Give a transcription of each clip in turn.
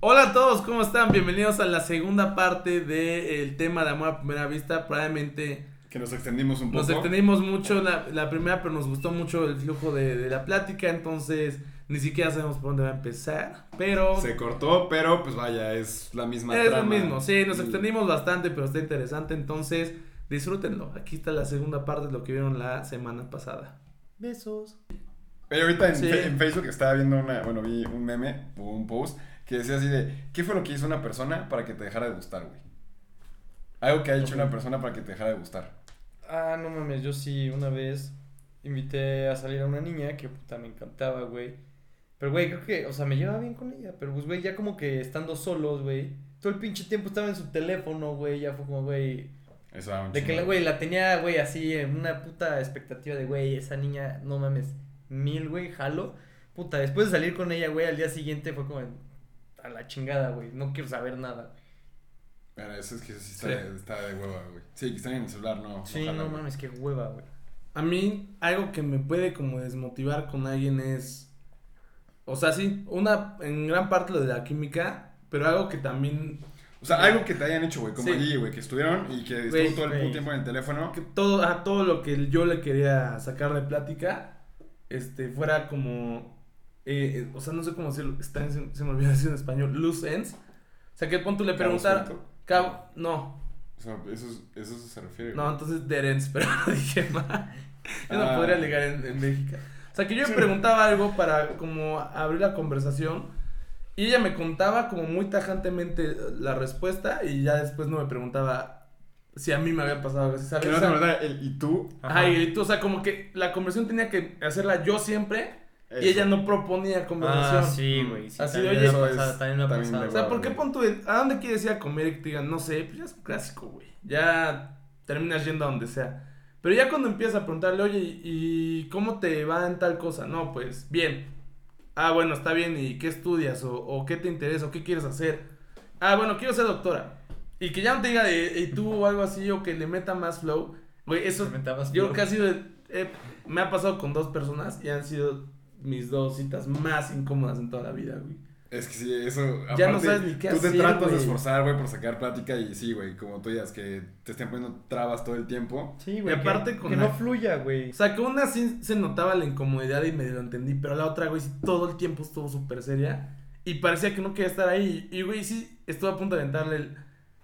Hola a todos, ¿cómo están? Bienvenidos a la segunda parte del tema de amor a primera vista. Probablemente Que nos extendimos un poco. nos extendimos mucho la, la primera, pero nos gustó mucho el flujo de, de la plática, entonces ni siquiera sabemos por dónde va a empezar. Pero Se cortó, pero pues vaya, es la misma es lo trama. mismo, sí, nos Y- extendimos bastante, pero está interesante, entonces disfrútenlo. Aquí está la segunda parte de lo que vieron la semana pasada. Besos. Pero ahorita en, Sí. fe- en Facebook estaba viendo una, bueno, vi un meme o un post que decía así de, ¿qué fue lo que hizo una persona para que te dejara de gustar, güey? Algo que ha hecho Ok. una persona para que te dejara de gustar. Ah, no mames, yo sí, una vez invité a salir a una niña que puta me encantaba, güey. Pero, güey, creo que, o sea, me llevaba bien con ella. Pero, pues, güey, ya como que estando solos, güey. Todo el pinche tiempo estaba en su teléfono, güey. Ya fue como, güey. Eso era un De que, la- chingo. güey, la tenía, güey, así en una puta expectativa de, güey, esa niña, no mames, mil, güey, jalo. Puta, después de salir con ella, güey, al día siguiente fue como a la chingada, güey. No quiero saber nada. Pero eso es que eso sí está, Sí. De, está de hueva, güey. Sí, que están en el celular, no. Sí, jala, no güey. mames, qué hueva, güey. A mí, algo que me puede como desmotivar con alguien es. O sea, sí, una. En gran parte lo de la química, pero algo que también. O sea, algo que te hayan hecho, güey, como Sí. allí, güey, que estuvieron y que Güey, estuvo todo el güey. puto tiempo en el teléfono. que todo, a todo lo que yo le quería sacar de plática, este, fuera como. eh, eh, o sea, no sé cómo decirlo. Está en- se, se me olvidó decir en español. Loose ends. O sea, que punto le Cabo preguntar. suelto. Cabo. No, O sea, eso, es- eso se refiere. no, entonces dead ends, pero lo dije mal. Yo no Ah. podría ligar en, en México. O sea, que yo le preguntaba algo para como abrir la conversación y ella me contaba como muy tajantemente la respuesta y ya después no me preguntaba si a mí me había pasado algo así, ¿sabes? Que no O te sea, verdad, el, y tú. Ajá. ajá, y tú, o sea, como que la conversación tenía que hacerla yo siempre eso. y ella no proponía conversación. Ah, sí, Mm. güey. Sí, Así de, también oye, pues, me ha eso pasado, es también me ha también de O pasado. sea, ¿por qué pon tu... ¿A dónde quieres ir a comer y que te digan, no sé, pues ya es un clásico, güey? Ya terminas yendo a donde sea. Pero ya cuando empiezas a preguntarle, oye, ¿y cómo te va en tal cosa? No, pues bien. Ah, bueno, está bien. ¿Y qué estudias? ¿O, o qué te interesa? ¿O qué quieres hacer? Ah, bueno, quiero ser doctora. Y que ya no te diga, ¿y tú o algo así? O que le meta más flow. Güey, eso Comentabas, yo ¿no? creo que ha sido. eh, me ha pasado con dos personas y han sido mis dos citas más incómodas en toda la vida, güey. Es que sí, eso. Ya no sabes ni qué Tú te hacer, tratas güey. de esforzar, güey, por sacar plática y sí, güey, como tú digas, que te estén poniendo trabas todo el tiempo. Sí, güey. Y aparte que, con que la- no fluya, güey. O sea, que una sí se notaba la incomodidad y medio lo entendí, pero la otra, güey, sí, todo el tiempo estuvo súper seria y parecía que no quería estar ahí. Y, güey, sí, estuvo a punto de aventarle el...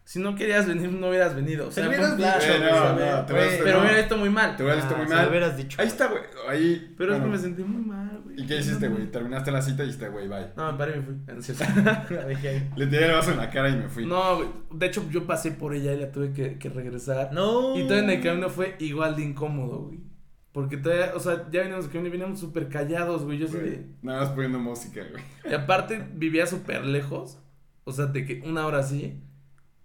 Si no querías venir, no hubieras venido. O sea, Te fue hubieras un dicho, pinche, Eh, güey, no, ¿sabes? no, te hubieras- Güey, Pero no. hubiera esto muy mal. Te hubieras visto Ah, muy se mal. lo hubieras dicho. Ahí está, güey. Ahí. Pero es que bueno. me sentí muy mal, güey. ¿Y qué hiciste, güey? Terminaste la cita y dijiste, güey, bye. No, me paré y me fui. No, es cierto. La dejé ahí. Le tiré el vaso en la cara y me fui. No, güey. De hecho, yo pasé por ella y la tuve que, que regresar. No. Y todo en el camino fue igual de incómodo, güey. Porque todavía, o sea, ya veníamos de camino y veníamos súper callados, güey. Yo así Güey, de... Nada más poniendo música, güey. Y aparte vivía súper lejos. O sea, de que una hora así.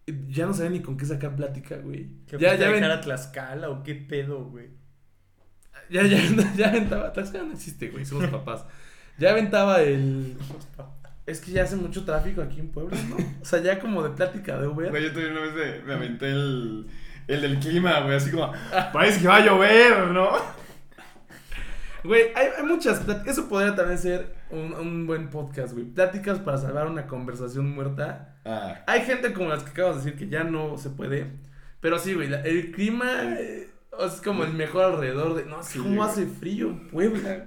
y Ya no sabía ni con qué sacar plática, güey. ¿Que pues Ya, ya, ya, a ven- dejar a Tlaxcala o qué pedo, güey? ya, ya, ya aventaba. Tlaxcala no existe, güey. Somos papás. Ya aventaba el. Es que ya hace mucho tráfico aquí en Puebla, ¿no? O sea, ya como de plática de Uber. Güey, yo también una vez me, me aventé el. El del clima, güey, así como, Ah. parece que va a llover, ¿no? Güey, hay, hay muchas pláticas. Eso podría también ser un, un buen podcast, güey. Pláticas para salvar una conversación muerta. Ah, Hay gente como las que acabas de decir que ya no se puede. Pero sí, güey, la- el clima eh, es como el mejor alrededor de... No, es Sí, como güey. hace frío en Puebla.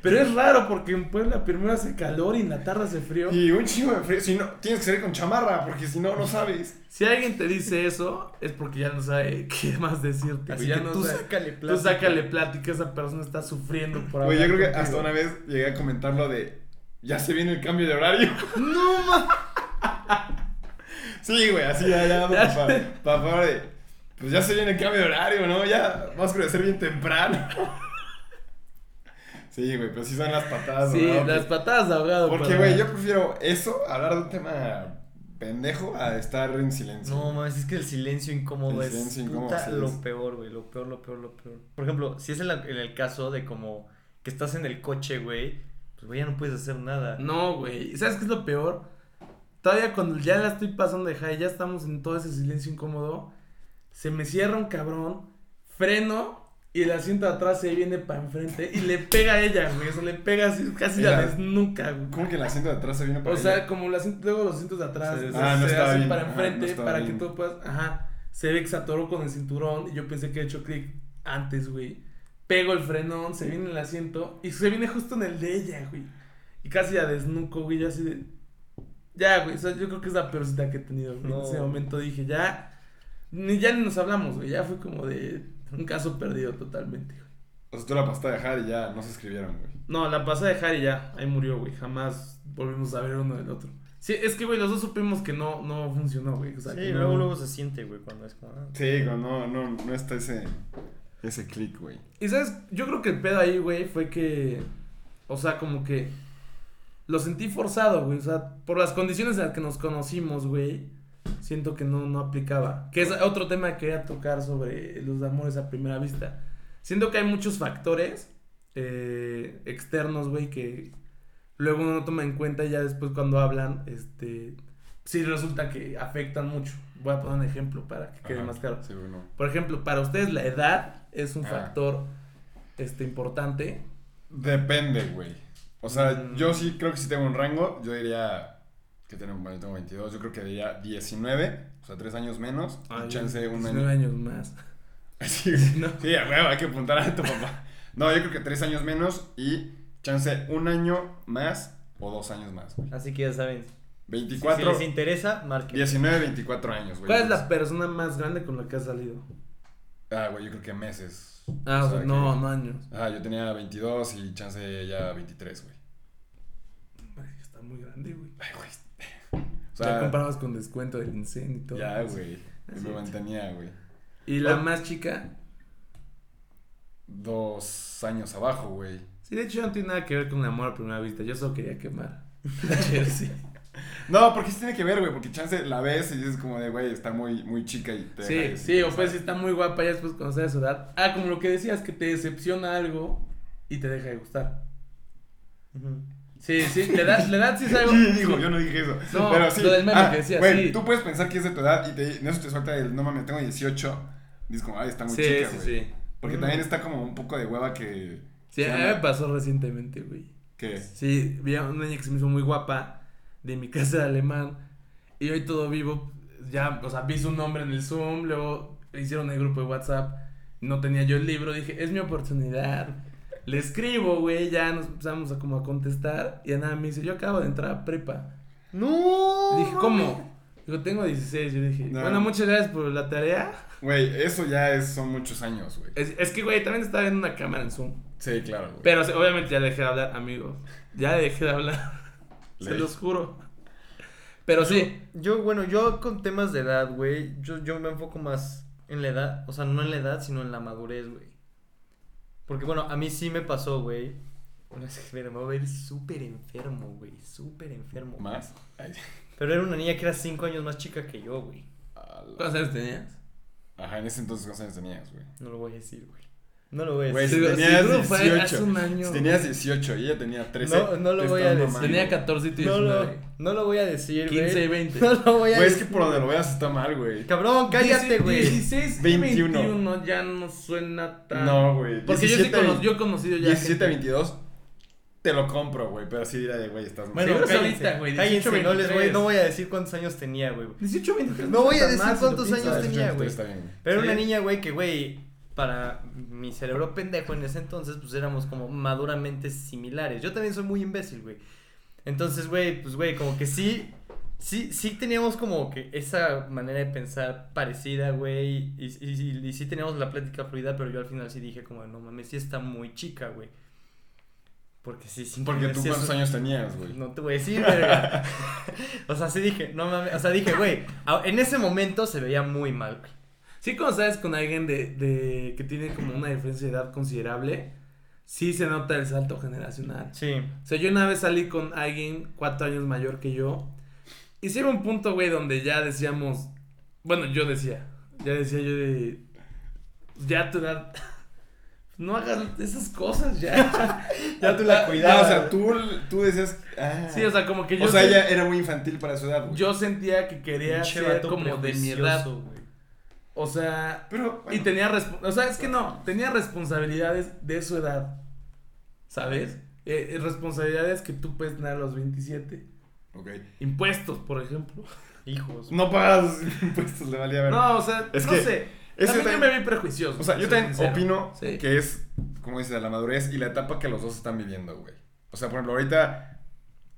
Pero es raro porque en Puebla primero hace calor y en la tarde hace frío. y un chingo de frío. Si no, tienes que salir con chamarra, porque si no, no sabes. Si alguien te dice eso, es porque ya no sabe qué más decirte. Así güey, ya que no tú sabe. sácale Tú plática. sácale plática, esa persona está sufriendo por Güey, yo hablar creo que contigo. hasta una vez llegué a comentar lo de. Ya se viene el cambio de horario. ¡No, ma! Sí, güey, así ya, ya, Ya papá. Papá, de. Pues ya se viene el cambio de horario, ¿no? Ya vas a crecer bien temprano. Sí, güey, pero sí son las patadas, Sí, ¿no? las patadas de ahogado. Porque, para- güey, yo prefiero eso, hablar de un tema pendejo, a estar en silencio. No, mames, es que el silencio incómodo El es silencio incómodo, puta, sí, es- lo peor, güey. Lo peor, lo peor, lo peor. Por ejemplo, si es en, la- en el caso de como que estás en el coche, güey, pues güey, ya no puedes hacer nada. No, güey. ¿Y ¿Sabes qué es lo peor? Todavía cuando ya la estoy pasando de high, ya estamos en todo ese silencio incómodo. Se me cierra un cabrón, freno Y el asiento de atrás se viene para enfrente y le pega a ella, güey. O sea, le pega así, casi Y la la- desnuca, güey. ¿Cómo que el asiento de atrás se viene para O sea, ella? como los asientos, luego los asientos de atrás Sí, sí. se, Ah, no se estaba hacen bien. para Ajá, no enfrente estaba para bien. que tú puedas. Ajá. Se ve que se atoró con el cinturón. Y yo pensé que he hecho clic antes, güey. Pego el frenón, se viene el asiento y se viene justo en el de ella, güey. Y casi la desnuco, güey. Yo así de. Ya, güey. O sea, yo creo que es la peor cita que he tenido, güey. No. En ese momento dije, ya. Ni, ya ni nos hablamos, güey. Ya fue como de un caso perdido totalmente, güey. O sea, tú la pasaste a dejar y ya no se escribieron, güey. No, la pasé a dejar y ya, ahí murió, güey. Jamás volvimos a ver uno del otro. Sí, es que, güey, los dos supimos que no, no funcionó, güey. O sea, que Sí, no- luego, luego se siente, güey, cuando es como. ah, Sí, güey, no, no, no está ese, ese click, güey. Y sabes, yo creo que el pedo ahí, güey, fue que. O sea, como que. Lo sentí forzado, güey. O sea, por las condiciones en las que nos conocimos, güey. Siento que no, no aplicaba. Que es otro tema que quería tocar sobre los amores a primera vista. Siento que hay muchos factores eh, externos, güey, que luego uno no toma en cuenta y ya después cuando hablan, este, sí resulta que afectan mucho. Voy a poner un ejemplo para que quede Ajá. más claro. Sí, güey, no. Por ejemplo, para ustedes la edad es un Ah. factor este, importante. Depende, güey. O sea, Mm. yo sí creo que si tengo un rango, yo diría que tengo, bueno, yo tengo 22, yo creo que diría 19, o sea, 3 años menos, y Ay, Ah, chance un 19 año. años más. Sí, güey. No. Sí, a huevo, hay que apuntar a tu papá. No, yo creo que 3 años menos y chance un año más o 2 años más, güey. Así que ya saben. Si, si 24, les interesa, marquen. 19, 24 años, güey. ¿Cuál es la persona más grande con la que has salido? Ah, güey, yo creo que meses. Ah, O sea, no, que- no años. Ah, yo tenía 22 y chance ya 23, güey. Ay, Está muy grande, güey. Ay, güey. O ya sea, comparabas con descuento del incendio y todo. ya, güey. Es Me cierto. mantenía, güey. Y la más chica. Dos años abajo, güey. Sí, de hecho ya no tiene nada que ver con el amor a primera vista. Yo solo quería quemar. a Chelsea. No, porque sí tiene que ver, güey. Porque chance la ves y dices como de, güey, está muy, muy chica y te. deja Sí, ir. sí, o pues si está muy guapa ya después conocer su edad. Ah, como lo que decías, que te decepciona algo y te deja de gustar. Ujú. Sí, sí, la edad, la edad sí es algo. Sí, digo, yo no dije eso. No, pero sí. lo del meme Ah, que decías, güey, sí. tú puedes pensar que es de tu edad y te, en eso te suelta el, no mames, tengo 18. Dices como, ay, está muy Sí, chica, sí, güey. sí. Porque Mm. también está como un poco de hueva que. Sí, que a mí anda- me pasó recientemente, güey. que- Sí, vi a una niña que se me hizo muy guapa de mi casa de alemán. Y hoy todo vivo, ya, o sea, vi su nombre en el Zoom, luego hicieron el grupo de WhatsApp. No tenía yo el libro, dije, es mi oportunidad. Le escribo, güey, ya nos empezamos a como a contestar. Y a nada me dice, yo acabo de entrar a prepa. ¡No! dije, ¿cómo? Digo, tengo 16. Yo dije, No. bueno, muchas gracias por la tarea. Güey, eso ya es, son muchos años, güey. Es, es que, güey, también estaba viendo una cámara en Zoom. Sí, claro, güey. Eh, Pero o sea, obviamente ya le dejé de hablar, amigos. Ya le dejé de hablar. Se Ley. los juro. Pero sí. Yo, bueno, yo con temas de edad, güey, yo, yo me enfoco más en la edad, o sea, no en la edad, sino en la madurez, güey. Porque, bueno, a mí sí me pasó, güey. Una vez que me voy a ver súper enfermo, güey, súper enfermo. ¿Más? Ay, Pero era una niña que era cinco años más chica que yo, güey. a la- ¿Cuántos años tenías? Ajá, en ese entonces, ¿cuántos años tenías, güey? No lo voy a decir, güey. No lo voy a Güey, decir. si Sí, tenías seguro fue hace 18. un año. Si tenías 18 y ella tenía 13. No, no lo te voy estás a decir. mamando, Tenía güey. 14 y tú No lo, 19. no lo voy a decir, güey. 15 y 20. No lo voy a Güey, es que decir. por donde lo veas está mal, güey. Cabrón, cállate, güey. 16 y 21. 21. ya no suena tan. No, güey. Porque yo, sí 17, cono- yo he conocido ya. 17 a gente. 22, te lo compro, güey. Pero sí dirá de, güey, estás mal. Bueno, Seguro es cállense, ahorita, güey, cállense, 18, no les voy, 23. no voy a decir cuántos años tenía, güey. 18, 23. No voy a está decir mal si lo cuántos piensas. años Ah, tenía, 18, güey. Está bien, güey. Pero era una Sí. niña, güey, que, güey, para mi cerebro pendejo en ese entonces, pues éramos como maduramente similares. Yo también soy muy imbécil, güey. Entonces, güey, pues, güey, como que sí, sí, sí teníamos como que esa manera de pensar parecida, güey. Y, y, y- y sí teníamos la plática fluida, pero yo al final sí dije como, no mames, sí está muy chica, güey. Porque sí, sí. Porque tú sí es- cuántos años tenías, güey. no te voy a decir, verga. o sea, sí dije, no mames. O sea, dije, güey, a- en ese momento se veía muy mal, güey. Sí, cuando sabes con alguien de, de que tiene como una diferencia de edad considerable, sí se nota el salto generacional. Sí. O sea, yo una vez salí con alguien cuatro años mayor que yo. Y sí era un punto, güey, donde ya decíamos. Bueno, yo decía. Ya decía yo de. Ya a tu edad. No hagas esas cosas ya. Ya tú la Ah, cuidabas. o sea, tú, tú decías. Ah. Sí, o sea, como que yo. O sea, sen- ella era muy infantil para su edad, güey. Yo sentía que quería Pinche ser vato como de mi edad. prejuicioso, güey. O sea, Pero, y bueno, tenía resp- o sea, es que no, tenía responsabilidades de su edad. ¿Sabes? Eh, eh, responsabilidades que tú puedes tener a los 27. ok. Impuestos, por ejemplo. Hijos. No pagas impuestos, le valía ver. No, o sea, Es no que- sé. es que También yo también- me vi prejuicioso. O sea, yo soy también sincero. opino Sí. que es, como dices, la madurez y la etapa que los dos están viviendo, güey. O sea, por ejemplo, ahorita,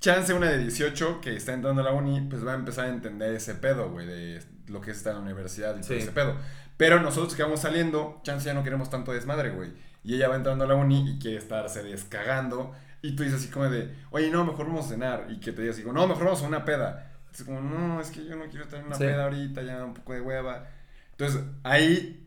chance una de 18 que está entrando a la uni, pues va a empezar a entender ese pedo, güey, de lo que es estar en la universidad y todo Sí. ese pedo. Pero nosotros que vamos saliendo, chance ya no queremos tanto desmadre, güey. Y ella va entrando a la uni y quiere estarse descagando. Y tú dices así como de, oye, no, mejor vamos a cenar. Y que te digas, digo, no, mejor vamos a una peda. Es como, no, es que yo no quiero tener una Sí. peda ahorita, ya un poco de hueva. Entonces, ahí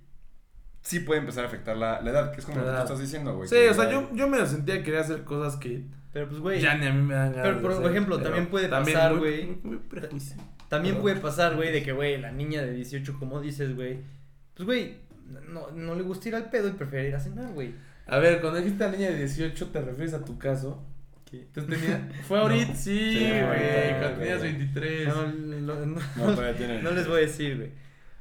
sí puede empezar a afectar la, la edad, que es como La lo que tú edad. estás diciendo, güey. Sí, que o sea, ya- yo, yo me sentía que quería hacer cosas que Pero pues, güey. ya ni a mí me dan ganas. Pero, por de hacer, ejemplo, también puede pasar, güey. Muy, muy prejuicioso. También puede pasar, güey, de que, güey, la niña de 18, como dices, güey, pues, güey, no, no le gusta ir al pedo y prefiere ir a cenar, güey. A ver, cuando dijiste a niña de 18, ¿te refieres a tu caso? ¿Qué? Entonces tenía... Fue ahorita, sí, Sí, güey, fue ahorita, cuando tenías güey. 23. No, lo- no- No, todavía tiene. no les voy a decir, güey.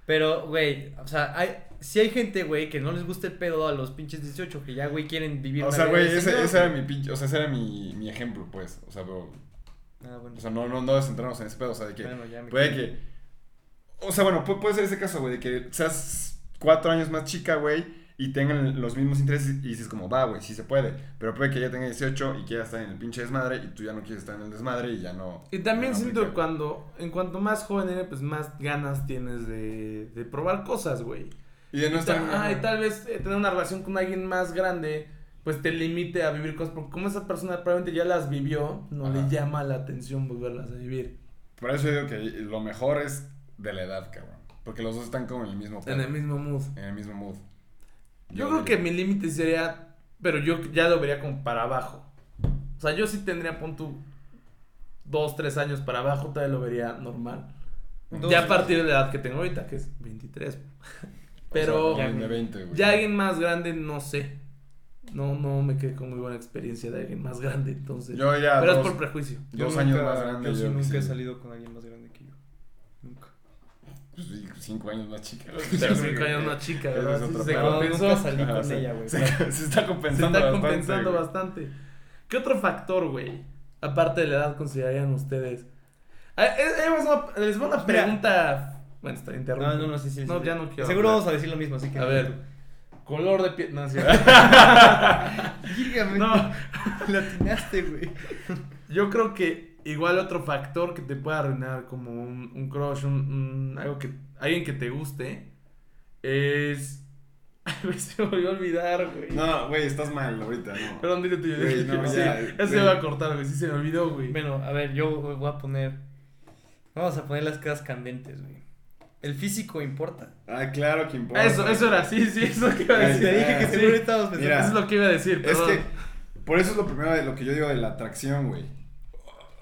Pero, güey, o sea, hay, si hay gente, güey, que no les gusta el pedo a los pinches 18, que ya, güey, quieren vivir O una sea, vida güey, de ese, señor, ese era güey. mi pinche, o sea, ese era mi, mi ejemplo, pues. O sea, pero, Ah, bueno. o sea, no, no, no descentrarnos en ese pedo, o sea, de que Bueno, ya me puede quedé. que, o sea, bueno, pu- puede ser ese caso, güey, de que seas cuatro años más chica, güey, y tengan los mismos intereses y dices como, va, güey, sí se puede, pero puede que ella tenga 18 y quiera estar en el pinche desmadre y tú ya no quieres estar en el desmadre y ya no. Y también ya no siento que aplica. cuando, en cuanto más joven eres, pues más ganas tienes de, de probar cosas, güey. Y de no estar en- Ah, y tal vez eh, tener una relación con alguien más grande, pues te limite a vivir cosas, porque como esa persona probablemente ya las vivió, no Ajá. le llama la atención volverlas a vivir. Por eso digo que lo mejor es de la edad, cabrón. Porque los dos están como en el mismo En el mismo mood. en el mismo mood. Yo creo que mi límite sería, pero yo ya lo vería como para abajo. O sea, yo sí tendría, pon tú, dos, tres años para abajo, todavía lo vería normal. Dos, ya a güey. partir de la edad que tengo ahorita, que es 23. Pero O sea, Ya, de 20, güey. ya alguien más grande, no sé. No, no me quedé con muy buena experiencia de alguien más grande, entonces. Yo ya pero dos, es por prejuicio. dos Yo años nunca- más grande. Yo, sí que nunca he sí. salido con alguien más grande que yo. Nunca. Pues sí, cinco años más chica. Pues Pero cinco años una chica, Ese es ¿verdad? Sí, otro se pedo. compensó. nunca salí Ajá, con se- ella, güey. Se, pero- se está Se compensando está bastante, compensando güey. bastante. ¿Qué otro factor, güey? Aparte de la edad, considerarían ustedes. A- es- es una- les voy a una Mira. pregunta. Bueno, está interrumpido. No, no, no, sí, sí. No, sí. ya no quiero. Seguro hablar. vamos a decir lo mismo, así que. A ver. Color de piel. No, es cierto. Dígame. no, Latinaste, güey. yo creo que igual otro factor que te puede arruinar, como un, un crush, un, un- algo que, alguien que te guste, es. Ay, se me volvió a olvidar, güey. No, güey, estás mal ahorita, no. Perdón, dile tú. Güey, no, sí, ya, ya se güey. me va a cortar, güey. Sí, se me olvidó, güey. Bueno, a ver, yo voy a poner. Vamos a poner las quedas candentes, güey. El físico importa. Ah, claro que Ah, importa. Eso, eso era, sí, sí, eso que iba a Ahí decir. está. Te dije que sí. seguro estábamos pensando. Mira, Eso es lo que iba a decir, Es perdón. que por eso es lo primero de lo que yo digo de la atracción, güey.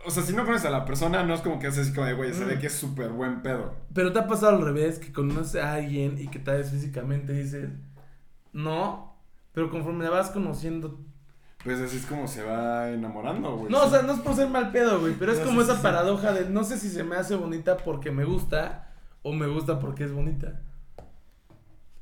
O sea, si no conoces a la persona, no es como que haces así como de, güey, se ve que es súper buen pedo. Pero te ha pasado al revés, que conoces a alguien y que tal vez físicamente dices, no, pero conforme la vas conociendo... Pues así es como se va enamorando, güey. No, o sea, no es por ser mal pedo, güey, pero es Pues No, como sí, esa sí, sí. paradoja de no sé si se me hace bonita porque me gusta o me gusta porque es bonita.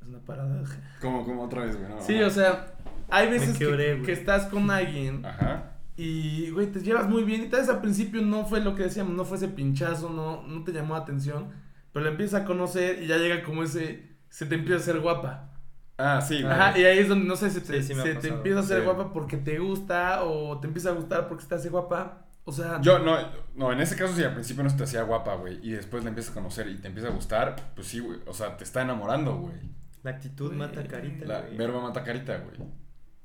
Es una paradoja. Como, como otra vez, güey. ¿no? Sí, o sea, hay veces que- quebré, que, güey. estás con alguien Ajá. y, güey, te llevas muy bien y tal vez al principio no fue lo que decíamos, no fue ese pinchazo, no, no te llamó la atención, pero la empiezas a conocer y ya llega como ese, se te empieza a hacer guapa. Ah, sí, güey. Ajá, y ahí es donde no sé, se te, Sí, sí me ha se te pasado. empieza a hacer Sí. guapa porque te gusta o te empieza a gustar porque estás guapa. O sea, Yo, no, no, en ese caso, si al principio no se te hacía guapa, güey, y después la empiezas a conocer y te empieza a gustar, pues sí, güey. O sea, te está enamorando, güey. La actitud Güey, mata carita. La güey. verba mata carita, güey.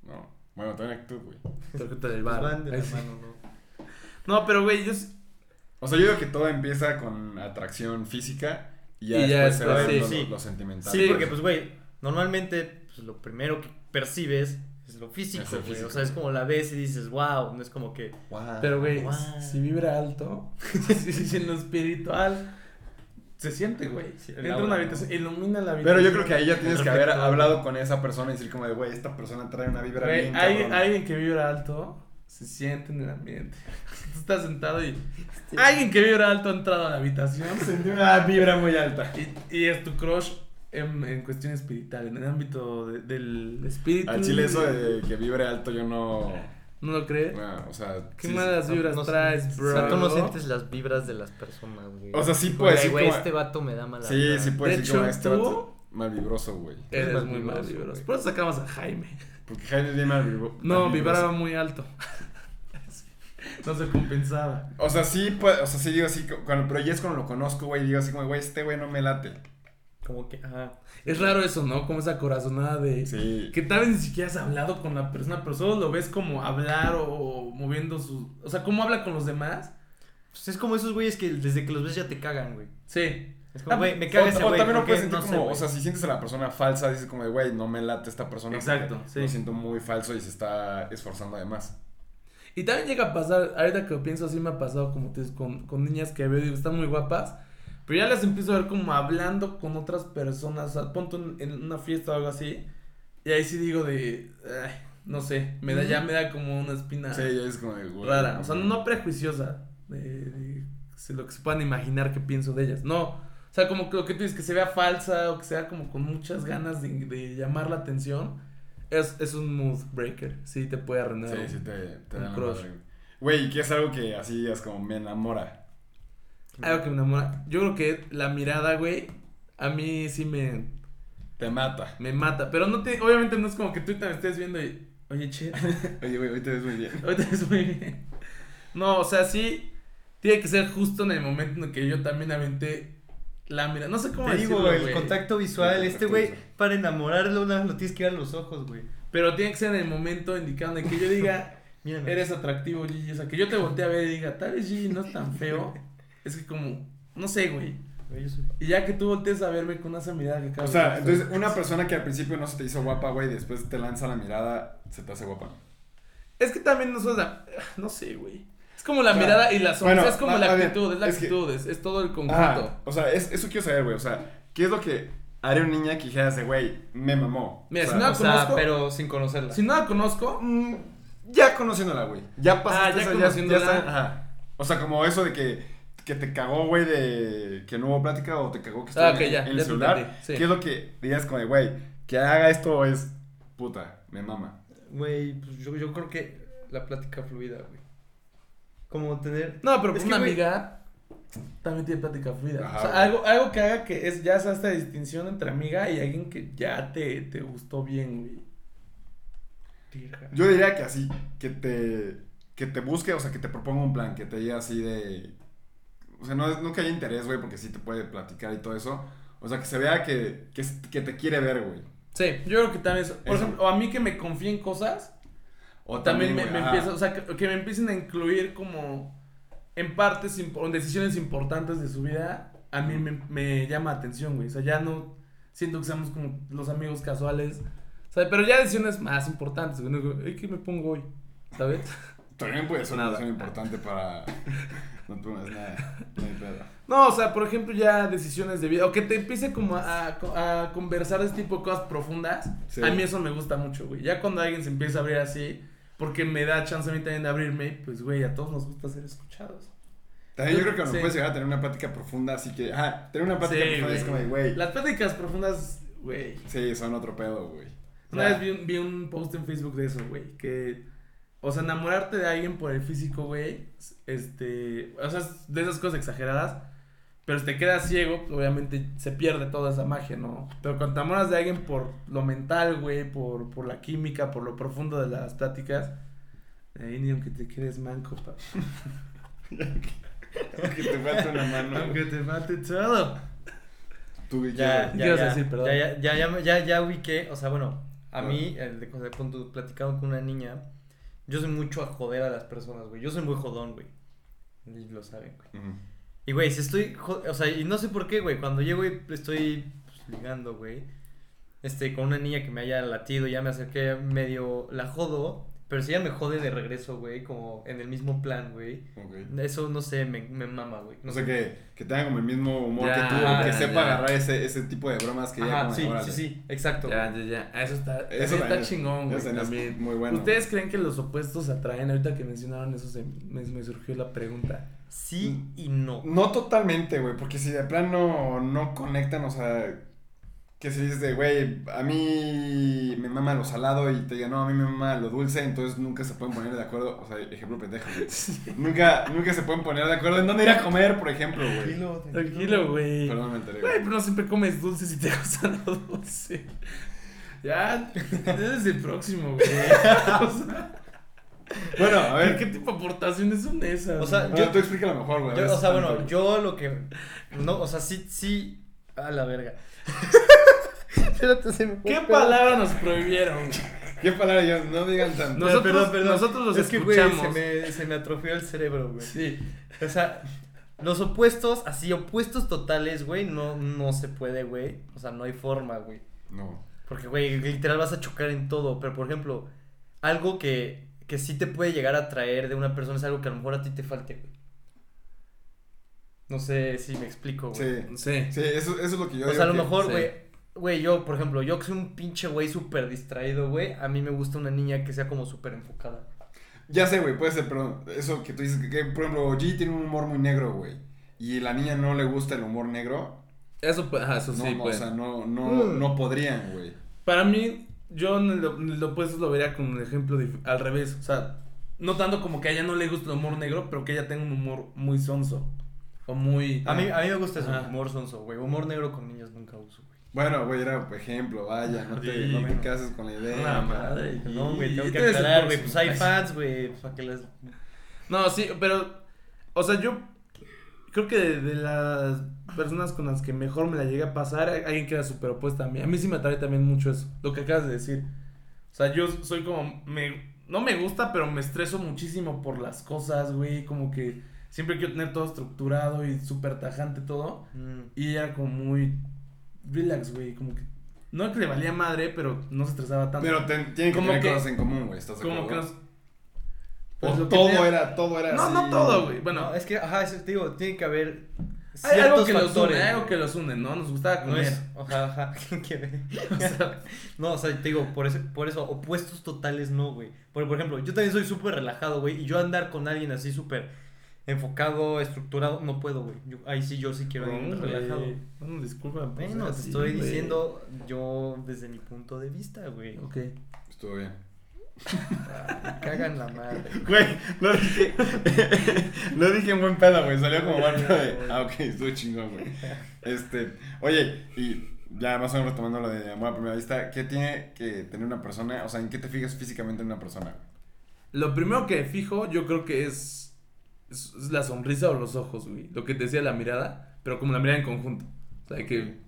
No. Bueno, también actitud, güey. creo que te del Pues bar. van de la Ahí sí. mano, ¿no? No, pero güey, yo sí- O sea, yo digo que todo empieza con atracción física y ya, Y ya después, después, se va sí. viendo Sí. lo, lo sentimental. Sí, güey. porque, pues, güey, normalmente pues, lo primero que percibes es lo físico, Es lo güey. físico. O sea, es como la ves y dices, wow, no es como que. Guau. pero güey, Ah, Guau. si vibra alto, si, si en lo espiritual, se siente, güey. Sí, el Entra aura, una ¿no? habitación, ilumina la habitación. Pero yo creo que ahí ya tienes que haber Perfecto. hablado con esa persona y decir como de, güey, esta persona trae una vibra Güey, bien hay, cabrona". alguien que vibra alto se siente en el ambiente. Tú estás sentado y alguien que vibra alto ha entrado a la habitación Sentí una vibra muy alta. y, y es tu crush en, en cuestión espiritual, en el ámbito de- del espíritu. Al chile eso de que vibre alto yo no... ¿No lo crees? no, o sea... Qué sí, sí. malas No, vibras no sé. traes, O bro. sea, tú no sientes las vibras de las personas, güey. O sea, sí Como, puede "Ay, ser güey, como- este vato me da mala Sí, vibra". sí puede De decir como hecho, este tú- vato mal vibroso, güey. Eres Eres muy mal malvibroso, vibras. güey. Por eso sacamos a Jaime. Porque Jaime es bien mal vibro- No, mal vibroso. vibraba muy alto. no se compensaba. O sea, sí, puede, o sea, sí digo así, cu- cuando, pero ya es cuando lo conozco, güey, digo así como, güey, este güey no me late. Como que, ajá. Es raro eso, ¿no? Como esa corazonada de... Sí. Que tal vez ni siquiera has hablado con la persona, pero solo lo ves como hablar o, o moviendo sus... O sea, cómo habla con los demás. Pues es como esos güeyes que desde que los ves ya te cagan, güey. Sí. Es como, Ah, güey, me O- caga ese o, güey. también lo ¿por puedes qué? sentir No sé, como, o güey. sea, si sientes a la persona falsa, dices como de, güey, no me late esta persona. porque Exacto, sí. Lo siento muy falso y se está esforzando además. Y también llega a pasar, ahorita que lo pienso así me ha pasado como te digo, con, con niñas que veo y digo, están muy guapas, pero ya las empiezo a ver como hablando con otras personas, o sea, ponte un- en una fiesta o algo así, y ahí sí digo de, "Ay, no sé, me da, ya me da como una espina Sí, ya es como de, güey. Ah. rara, o sea, no prejuiciosa de, de- de lo que se puedan imaginar que pienso de ellas, no, o sea, como que lo que tú dices, que se vea falsa o que sea como con muchas ganas de, de llamar la atención, es, es un mood breaker, sí te puede arruinar. Sí, un- sí, te, te Un dan la crush. madre, güey. Güey, que es algo que así es como me enamora. Ah, Algo que me enamora. Yo creo que la mirada, güey, a mí sí me, Te mata. me mata. Pero no te, obviamente no es como que tú te me estés viendo y, oye, che, Oye, güey, hoy te ves muy bien. ahorita es muy bien. No, o sea, sí, tiene que ser justo en el momento en el que yo también aventé la mirada. No sé cómo Te digo, decirlo, el güey. contacto visual, El este contacto güey, visual. para enamorarlo una vez lo tienes que ir a los ojos, güey. Pero tiene que ser en el momento indicado en el que yo diga, Mira, eres atractivo, Gigi. O sea, que yo te voltee a ver y diga, tal vez Gigi no es tan feo. Es que como, no sé, güey. Y ya que tú voltees a verme con esa mirada que O acabas sea, de- entonces una persona que al principio no se te hizo guapa, güey, después te lanza la mirada, se te hace guapa. Es que también no son la- ah, No sé, güey. Es como la O sea, mirada y la sonrisa, bueno, es como va- la va bien, actitud, es la es que- actitud, es, es todo el conjunto. Ajá, o sea, es- eso quiero saber, güey. O sea, ¿qué es lo que haría un niña que dijera ese güey, me mamó? Mira, o si sea, no la O sea, conozco, pero sin conocerla. si no la conozco, mm, ya conociéndola, güey. Ya pasaste Ah, ya esa- conociéndola. está- ajá. O sea, como eso de que, que te cagó, güey, de que no hubo plática o te cagó que Ah, estuvo ok, en, ya, en ya el te celular. entendí, sí. ¿Qué es lo que dirías como de, güey, que haga esto es puta, me mama? Güey, pues yo, yo creo que la plática fluida, güey. Como tener. no, pero Es que, una güey- amiga también tiene plática fluida. Ajá, o sea, güey. algo, algo que haga que es, ya sea esta distinción entre amiga y alguien que ya te, te gustó bien, güey. Tija. Yo diría que así, que te, que te busque, o sea, que te proponga un plan, que te diga así de... O sea, no, es- no que haya interés, güey, porque sí te puede platicar y todo eso. O sea, que se vea que, que, es- que te quiere ver, güey. Sí, yo creo que también eso. Por Eso. ejemplo, o a mí que me confíen cosas, O también, me, güey, me ajá. empieza, o sea, que, que me empiecen a incluir como en partes, impo- en decisiones importantes de su vida, a mí me, me llama atención, güey. O sea, ya no siento que seamos como los amigos casuales, o sea, pero ya decisiones más importantes, güey. no digo, "Ay, ¿Qué me pongo hoy? ¿Sabes? También puede ser Nada. una opción importante para... No tomas nada, no hay pedo. No, o sea, por ejemplo, ya decisiones de vida, o que te empiece como a, a- a conversar de este tipo de cosas profundas, Sí. a mí eso me gusta mucho, güey. Ya cuando alguien se empieza a abrir así, porque me da chance a mí también de abrirme, pues, güey, a todos nos gusta ser escuchados. También yo creo que nos Sí. puedes llegar a tener una plática profunda, así que... Ajá, tener una plática Sí, profunda es güey. como de, güey... Las pláticas profundas, güey. Sí, son otro pedo, güey. Una Ya. vez vi un, vi un post en Facebook de eso, güey. Que, o sea, enamorarte de alguien por el físico, güey. Este, o sea, es de esas cosas exageradas. Pero si te quedas ciego, pues, obviamente se pierde toda esa magia, ¿no? Pero cuando te enamoras de alguien por lo mental, güey, por, por la química, por lo profundo de las pláticas. Ahí ni aunque te quedes manco, pa. Que te falta una mano. Aunque te falte todo. Tú, y Ya, ¿Qué yo. ya, ya, ibas a decir? Perdón. ya, ya, ya, ya, ya, ya ubiqué, o sea, bueno, a Ah. mí, el de cuando cuando platicaba con una niña, yo soy mucho a joder a las personas, güey, yo soy muy jodón, güey, y lo saben, güey. Ujú. Y, güey, si estoy, jo- o sea, y no sé por qué, güey, cuando llego y estoy pues, ligando, güey, este, con una niña que me haya latido, ya me acerqué, medio la jodo, pero si ella me jode de regreso, güey, como en el mismo plan, güey, Ok. eso, no sé, me, me mama, güey. O sea, que, que tengan como el mismo humor Ya, que tú, güey, que ya, sepa ya. agarrar ese, ese tipo de bromas que ya Ajá, como, sí, órale. sí, sí, exacto. güey. ya, ya. Eso está, Eso eso está también- chingón, güey. eso también es También. muy bueno. ¿Ustedes creen que los opuestos se atraen? Ahorita que mencionaron eso, se, me, me surgió la pregunta. Sí y no. Mm, No totalmente, güey, porque si de plano no conectan, o sea, Que si dices de, güey, a mí me mama lo salado y te diga, no, a mí me mama lo dulce, entonces nunca se pueden poner de acuerdo. O sea, ejemplo pendejo, güey. Nunca, nunca se pueden poner de acuerdo en dónde ir a comer, por ejemplo, güey. Tranquilo, Tranquilo, güey. Perdón, me enteré. Güey, güey. pero no siempre comes dulces y te gustan los dulces. Ya, eres el próximo, güey. O sea, Bueno, a ver. ¿qué, qué tipo de aportaciones son esas? O sea, Bueno, yo- tú explícalo mejor, güey. a Yo, ver o si sea, tanto, bueno, güey. yo lo que. No, o sea, sí, sí. A la verga. Espérate, se me fue ¿Qué el pedo. palabra nos prohibieron? ¿Qué palabra yo? No digan tanto. Nosotros, perdón, perdón. nosotros los Es que, güey, escuchamos. se me, se me atrofió el cerebro, güey. Sí. O sea, los opuestos, así, opuestos totales, güey, no, no se puede, güey. O sea, no hay forma, güey. No. Porque, güey, literal vas a chocar en todo. Pero, por ejemplo, algo que, que sí te puede llegar a atraer de una persona es algo que a lo mejor a ti te falte, güey. No sé si me explico, güey. Sí. Sí. Sí, eso, eso es lo que yo O digo. sea, a lo que- mejor, sí. güey, güey, yo, por ejemplo, yo que soy un pinche güey súper distraído, güey, a mí me gusta una niña que sea como súper enfocada. Ya sé, güey, puede ser, pero eso que tú dices, que, que, por ejemplo, G tiene un humor muy negro, güey. Y la niña no le gusta el humor negro. Eso, pues, ajá, eso No, sí, no, pues. o sea, no, no, Mm. no podrían, güey. Para mí, yo en el, en el opuesto lo vería con un ejemplo dif- al revés. O sea, no tanto como que a ella no le gusta el humor negro, pero que ella tenga un humor muy sonso. O muy. ah. A mí, a mí me gusta eso, Ajá. humor sonso, güey. Humor negro con niños nunca uso, güey. Bueno, güey, era por ejemplo, vaya, no te, Sí, no te bueno. cases con la idea. Una güey. madre. No, güey, tengo Y que tú eres el aclarar, güey. próximo. Pues hay fans, güey. Pues para que las. No, sí, pero. O sea, yo creo que de, de las personas con las que mejor me la llegué a pasar, hay alguien que era súper opuesta a mí. A mí sí me atrae también mucho eso, lo que acabas de decir. O sea, yo soy como. Me, no me gusta, pero me estreso muchísimo por las cosas, güey. Como que siempre quiero tener todo estructurado y súper tajante todo. Mm. Y era como muy. Relax, güey. Como que. No que le valía madre, pero no se estresaba tanto. Pero ten- tienen que Como tener que- cosas en común, güey, ¿estás de como que acuerdo? nos. O pues lo que todo tenía- era, todo era No, así. no todo, güey. Bueno, No, es que, ajá, eso te digo, tiene que haber. Hay algo que los factores, une, hay algo güey. que los une, ¿no? Nos gustaba No comer. es, ajá, ajá, que ve. no, o sea, te digo, por eso, por eso opuestos totales no, güey. Porque, por ejemplo, yo también soy súper relajado, güey, y yo andar con alguien así súper enfocado, estructurado, no puedo, güey. Yo- Ahí sí, yo sí quiero No, alguien relajado. güey. Bueno, disculpa. pues, Bueno, era te así, estoy güey. diciendo yo desde mi punto de vista, güey. Ok. Estuvo bien. Me Cagan la madre. Güey, lo dije. lo dije en buen pedo, güey. Salió como mal pedo de. Ah, ok, estuvo chingón, güey. Este. Oye, y ya más o menos retomando lo de amor a primera vista, ¿qué tiene que tener una persona? O sea, ¿en qué te fijas físicamente en una persona? güey? Lo primero que fijo, yo creo que es, es, es la sonrisa o los ojos, güey. Lo que te decía la mirada, pero como la mirada en conjunto. O sea, que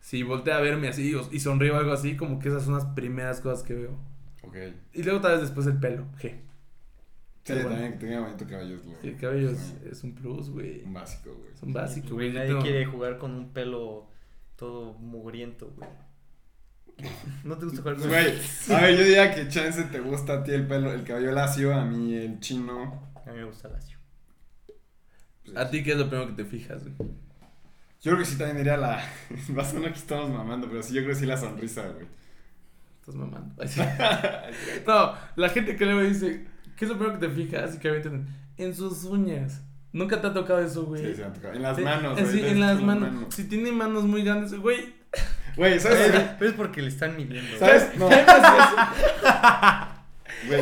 si voltea a verme así o- y sonrío o algo así, como que esas son las primeras cosas que veo. Ok. Y luego tal vez después el pelo, je. Sí, Pero bueno. también que tenga bonito cabello. es lo- El cabello es, Sí, es un plus, güey. Un básico, güey. Es un básico, güey. güey. Yo Nadie tengo- quiere jugar con un pelo todo mugriento, güey. ¿No te gusta jugar con Güey, a ver, yo diría que chance te gusta a ti el pelo, el cabello lacio, a mí el chino. A mí me gusta lacio. Pues, A ti, ¿qué es lo primero que te fijas, güey? Yo creo que sí también diría la. Va a sonar que estamos mamando, pero sí, yo creo que sí la sonrisa, güey. Estás mamando. Ay, sí. no, la gente que luego dice, ¿qué es lo primero que te fijas? Y que avientan en sus uñas. Nunca te ha tocado eso, güey. Sí, se me ha tocado. En las Sí, manos, eh, güey. sí, te en has las hecho manos. Si tiene manos muy grandes, güey. Güey, ¿sabes? Pero pero es porque le están midiendo. güey. ¿Sabes? No. Jaime, es, Güey,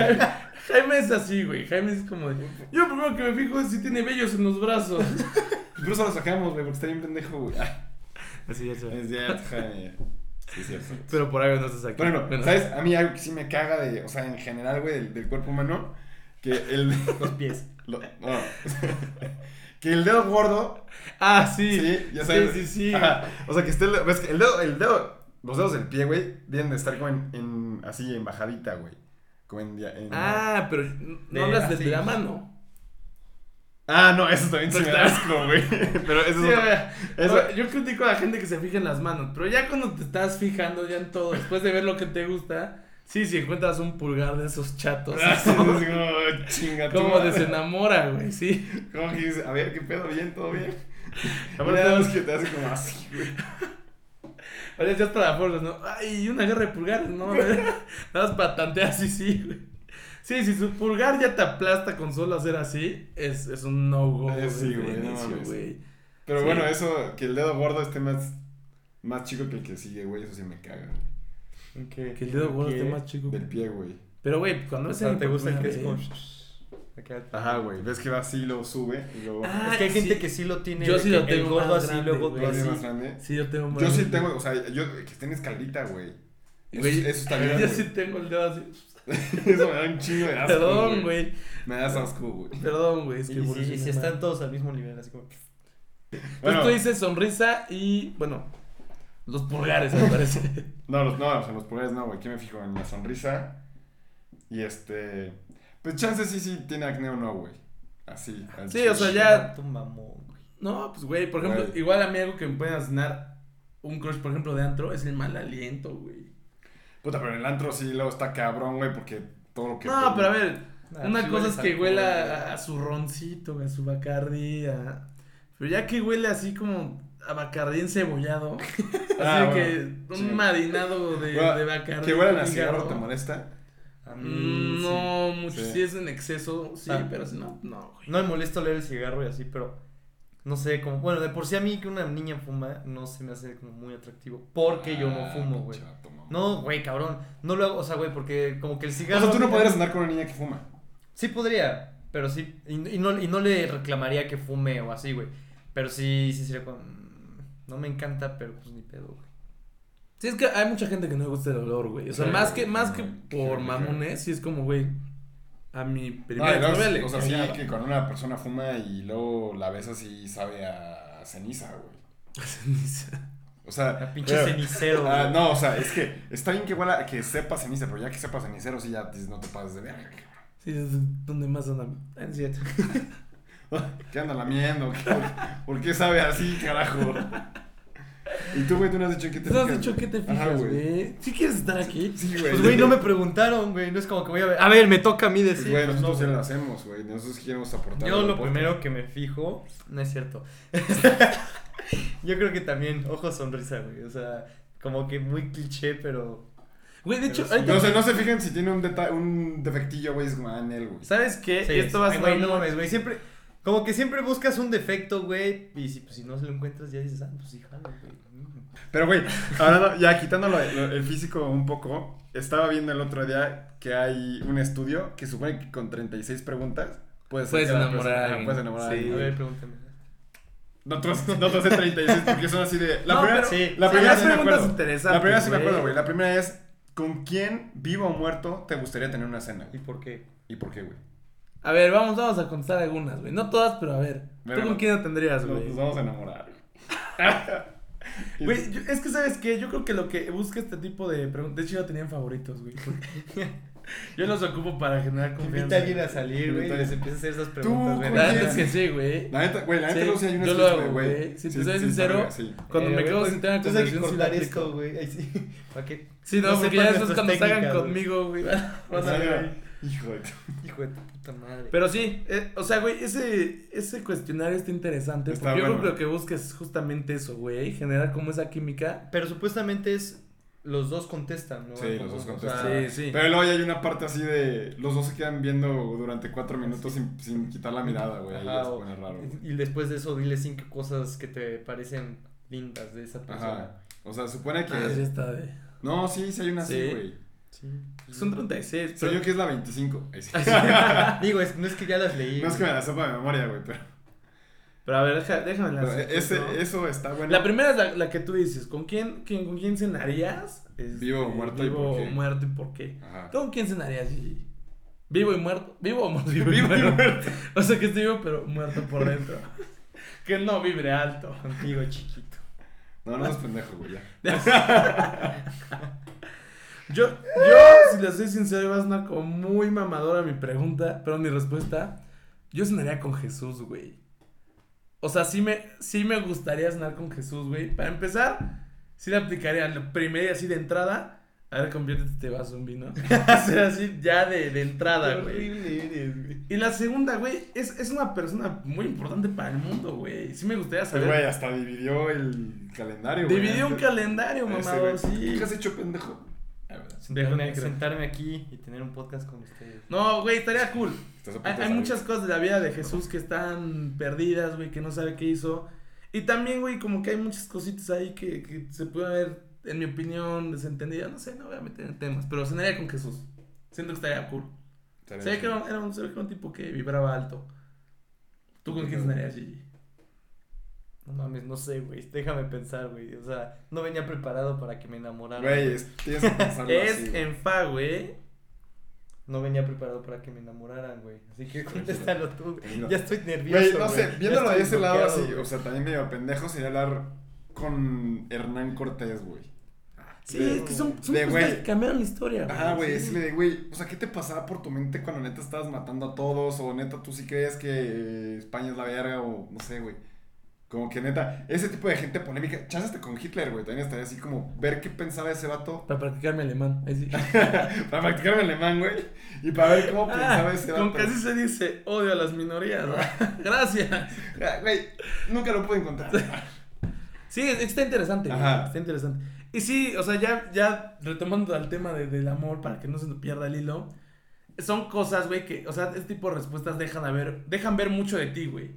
Jaime es así, güey. Jaime es como, de, yo lo primero que me fijo es si tiene vellos en los brazos. incluso lo sacamos, güey, porque está bien pendejo, güey. Ah, Así ya Es cierto, Jaime. Sí, es cierto. Pero por algo no estás aquí. Bueno, Bueno, ¿sabes? A mí algo que sí me caga de, o sea, en general, güey, del, del cuerpo humano, que el. Los pies. lo- no. que el dedo gordo, Ah, sí. sí, ya sabes. Sí, sí, sí. Ajá. O sea, que esté. el- Ves que el dedo, el dedo, los dedos del pie, güey, deben de estar como en, en- así, en bajadita, güey. Como en. dia- en- Ah, pero no De- hablas así. desde la mano. Ah, no, eso también se me da asco, güey. Pero eso Sí, es. otro- güey. eso- Ahora, Yo critico a la gente que se fija en las manos, pero ya cuando te estás fijando ya en todo, después de ver lo que te gusta, sí, si encuentras un pulgar de esos chatos, Ah, sí, es como- es como, chinga tu como madre. desenamora, güey, sí. Como que dices, a ver, qué pedo, bien, todo bien. Aparte, Aparte, vemos que te hace como así, güey. Ahora ya es para la fuerza, ¿no? Ay, una guerra de pulgares, no, A ver, nada más para tantear, sí, sí, güey. Sí, si su pulgar ya te aplasta con solo hacer así, es, es un no-go Eh, desde sí, el güey, no inicio, mames. güey. Pero Sí. bueno, eso, que el dedo gordo esté más más chico que el que sigue, güey. Eso sí me caga, güey. Okay. Que el dedo gordo esté más chico. Del pie, güey. Pero, güey, cuando O ves sea, anime ¿te por gusta el que primera es como... vez- Acá. Ajá, güey. Ves que va así, lo sube y luego. Ah, es que hay sí. gente que sí lo tiene. Yo de sí que lo tengo El gordo más así, grande, luego güey. tú lo tiene así. más grande. Sí, yo tengo Yo sí tengo, o sea, yo que esté en escalita, güey. Güey, eso- eso está bien, Yo güey. sí tengo el dedo así. Eso me da un chingo de asco. Perdón, güey. Me das asco, güey. Perdón, güey. Es que Y si- evolucioné y si mal. están todos al mismo nivel, así como. Pues Bueno, tú dices sonrisa y, bueno, los pulgares, me parece. no, los, no, o sea, los pulgares no, güey. Aquí me fijo en la sonrisa. Y este. Pues chance sí, sí tiene acné o no, güey. Así. al Sí, o sea, chile. Ya. "Ah, Tu mamón, güey. No, pues, güey, por ejemplo, Güey. igual a mí algo que me pueden asignar un crush, por ejemplo, de antro es el mal aliento, güey. Puta, pero en el antro sí luego está cabrón, güey, porque todo lo que. No, pero a ver, Nah, una Ah, sí cosa es hueles que alcohol, huela a, a su roncito, güey, a su bacardí, a- Pero ya que huele así como a bacardí encebollado, así Ah, de que bueno, un sí. marinado de, Bueno, de bacardí. Que huelan a con cigarro hígado. te molesta. A mí, Mm, No, mucho. Sí. Si es en exceso, sí, Ah. pero si no, no, güey. sí. No me molesta oler el cigarro y así, pero. No sé, como. Bueno, de por sí a mí que una niña fuma no se me hace como muy atractivo. Porque yo no Ah, fumo, güey. chato, mamá. No, güey, cabrón. No lo hago, o sea, güey, porque como que el O cigarro. sea, tú no podrías andar con una niña que fuma. Sí podría, pero sí. Y, y no, y no le reclamaría que fume o así, güey. Pero sí, sí sería como. mm, No me encanta, pero pues ni pedo, güey. Sí, es que hay mucha gente que no le gusta el olor, güey. O sea, Sí, más güey, que, más sí, que güey. por Sí, mamones, sí es como, güey, a mi No, Ah, y primera luego, novia le o sea, sí, cagaba. que con una persona fuma y luego la besas y sabe a ceniza, güey. Ceniza. O sea, A pinche pero- cenicero, güey. Ah, no, o sea, es que está bien que huela, que sepa ceniza, pero ya que sepa cenicero, sí ya dices, no te pases de verga. Sí, es donde más andan. Ah, Es cierto. cabrón. ¿Qué anda lamiendo? ¿Qué- por, por qué sabe así, carajo? Y tú, güey, tú no has dicho que te Tú has fijas, dicho que te Ajá, fijas, güey. ¿Sí quieres estar aquí? Sí, güey. Pues, güey, no me preguntaron, güey. No es como que voy a ver. A ver, me toca a mí Pues, decir. güey, pues, nosotros no, sí lo güey. hacemos, güey. Nosotros queremos aportar. Yo al lo podcast. primero que me fijo. No es cierto. Yo creo que también, ojo sonrisa, güey. O sea, como que muy cliché, pero. Güey, de hecho, Pero ahorita- No, sé, no se fijen si tiene un, deta- un defectillo, güey, es como ah, en él, güey. ¿sabes qué? Sí, Esto va a ay, ser. güey, no mames, güey. Siempre. Como que siempre buscas un defecto, güey. Y si, pues, si no se lo encuentras, ya dices, ah, pues sí, jalo, güey. Mm. Pero, güey, ahora ya quitándolo lo- el físico un poco, estaba viendo el otro día que hay un estudio que supone que con 36 preguntas puedes, Puedes acercar a la enamorar persona. a Ajá, alguien. Puedes enamorar a Sí. A alguien. ver, pregúntame. No te vas- no te vas a hacer 36 porque son así de. La No, primera, pero- sí. la Sí, primera las sí me preguntas acuerdo. interesantes, La primera sí me güey. acuerdo, güey. La primera es: ¿con quién, vivo o muerto, te gustaría tener una cena? ¿Y por qué? ¿Y por qué, güey? A ver, vamos, vamos a contestar algunas, güey. No todas, pero a ver. Pero- ¿Tú con quién la tendrías, Nos, güey? nos vamos a enamorar. Güey, yo- es que sabes qué, yo creo que lo que busca este tipo de preguntas, de hecho yo tenían favoritos, güey. yo los ocupo para generar Invita confianza. a alguien a salir, güey. Invita a- Y les empieza a hacer esas preguntas, güey. Ah, La neta es que sí, güey. La neta, güey, la neta, Sí, luego sí hay un yo lo estudio, hago, güey. güey. Si te Sí, soy sí, sincero, verga, sí. Cuando me quedo sin tema de Eh, pues, Entonces hay que conversación, sí la cortar aplico. esto, güey. Ay, sí. ¿Para qué? Sí, no, No porque sepan ya después nuestras cuando salgan técnicas, güey. conmigo, güey. van a ver. Verga. Hijo de tu- Hijo de tu puta madre. Pero sí, eh, o sea, güey, ese, ese cuestionario está interesante. Está porque yo bueno. creo que lo que busca es justamente eso, güey. Generar como esa química. Pero supuestamente es. Los dos contestan, ¿no? Sí, los Como, dos o sea, contestan. sí, Ah, sí. Pero luego ya hay una parte así de. Los dos se quedan viendo durante cuatro minutos sin, sin quitar la mirada, güey. Ahí Ajá, ya se o- pone raro, güey. Y después de eso, dile cinco cosas que te parecen lindas de esa persona. Ajá. O sea, supone Ah, sí que. está de... No, sí, sí hay una así, Sí. güey. Sí. Son 36. Soy yo que es la 25. Ah, Ahí sí. Digo, es- no es que ya las leí. No es que güey. me la sepa de memoria, güey, pero. Pero a ver, deja- déjame pero la ese, Eso está bueno. La primera es la, la que tú dices, ¿con quién, quién- con quién cenarías? Este, Vivo o muerto, ¿y vivo por qué? o muerto y por qué. Ajá. ¿Tú con quién cenarías? Gigi? ¿Vivo y muerto? ¿Vivo o muerto? Vivo y muerto. o sea que estoy vivo pero muerto por dentro. que no vibre alto. Contigo, chiquito. No, no es pendejo, güey. ya. Yo, yo si les soy sincero, iba a sonar como muy mamadora mi pregunta, pero mi respuesta, yo cenaría con Jesús, güey. O sea, sí me, sí me gustaría cenar con Jesús, güey. Para empezar, sí le aplicaría la primera y así de entrada. A ver, conviértete este vaso en vino. O sea, así ya de, de entrada, güey. eres, güey. Y la segunda, güey, es, es una persona muy importante para el mundo, güey. Sí me gustaría Pues, güey, saber. hasta dividió el calendario, güey. Dividió un Antes- calendario, Ese, mamador, güey. sí. ¿Qué has hecho, pendejo? A ver, Déjame Sentarme, creer. sentarme aquí y tener un podcast con ustedes. No, güey, estaría cool. estás a punto Hay, de hay salir. muchas cosas de la vida de Jesús que están perdidas, güey, que no sabe qué hizo. Y también, güey, como que hay muchas cositas ahí que, que se puede ver, en mi opinión, desentendida. No sé, no voy a meter en temas, pero cenaría con Jesús. Siento que estaría cool. Se ve que era, era un, se ve que era un tipo que vibraba alto. ¿Tú con quién cenarías, Gigi? No mames, no sé, güey. Déjame pensar, güey. O sea, no venía preparado para que me enamorara. Güey, es- tienes que pensarlo Es así, güey. en ¿eh? fa, güey. No venía preparado para que me enamoraran, güey. Así que contéstalo tú. Tranquilo. Ya estoy nervioso. Güey, no sé, Ya viéndolo de estoy ese lado bloqueado, así, güey. o sea, también medio pendejo sería hablar con Hernán Cortés, güey. Sí, De- es que son, son de, personas güey. que cambiaron la historia. Ah, güey, Sí. decirle de, güey, o sea, ¿qué te pasaba por tu mente cuando neta estabas matando a todos? O neta, tú sí crees que eh, España es la verga, o no sé, güey. Como que neta, ese tipo de gente polémica, chance hasta con Hitler, güey, también estaría así como ver qué pensaba ese vato Para practicar mi alemán. Ahí sí. para practicar el alemán, güey, y para ver cómo Ah, pensaba ese vato. con que así se dice odio a las minorías. ¿no? Gracias. Ah, Güey, nunca lo pude encontrar. Sí, es- está interesante. güey, Ajá. Está interesante. Y sí, o sea, ya, ya retomando al tema de- del amor para que no se nos pierda el hilo. Son cosas, güey, que, o sea, este tipo de respuestas dejan, a ver, dejan ver mucho de ti, güey.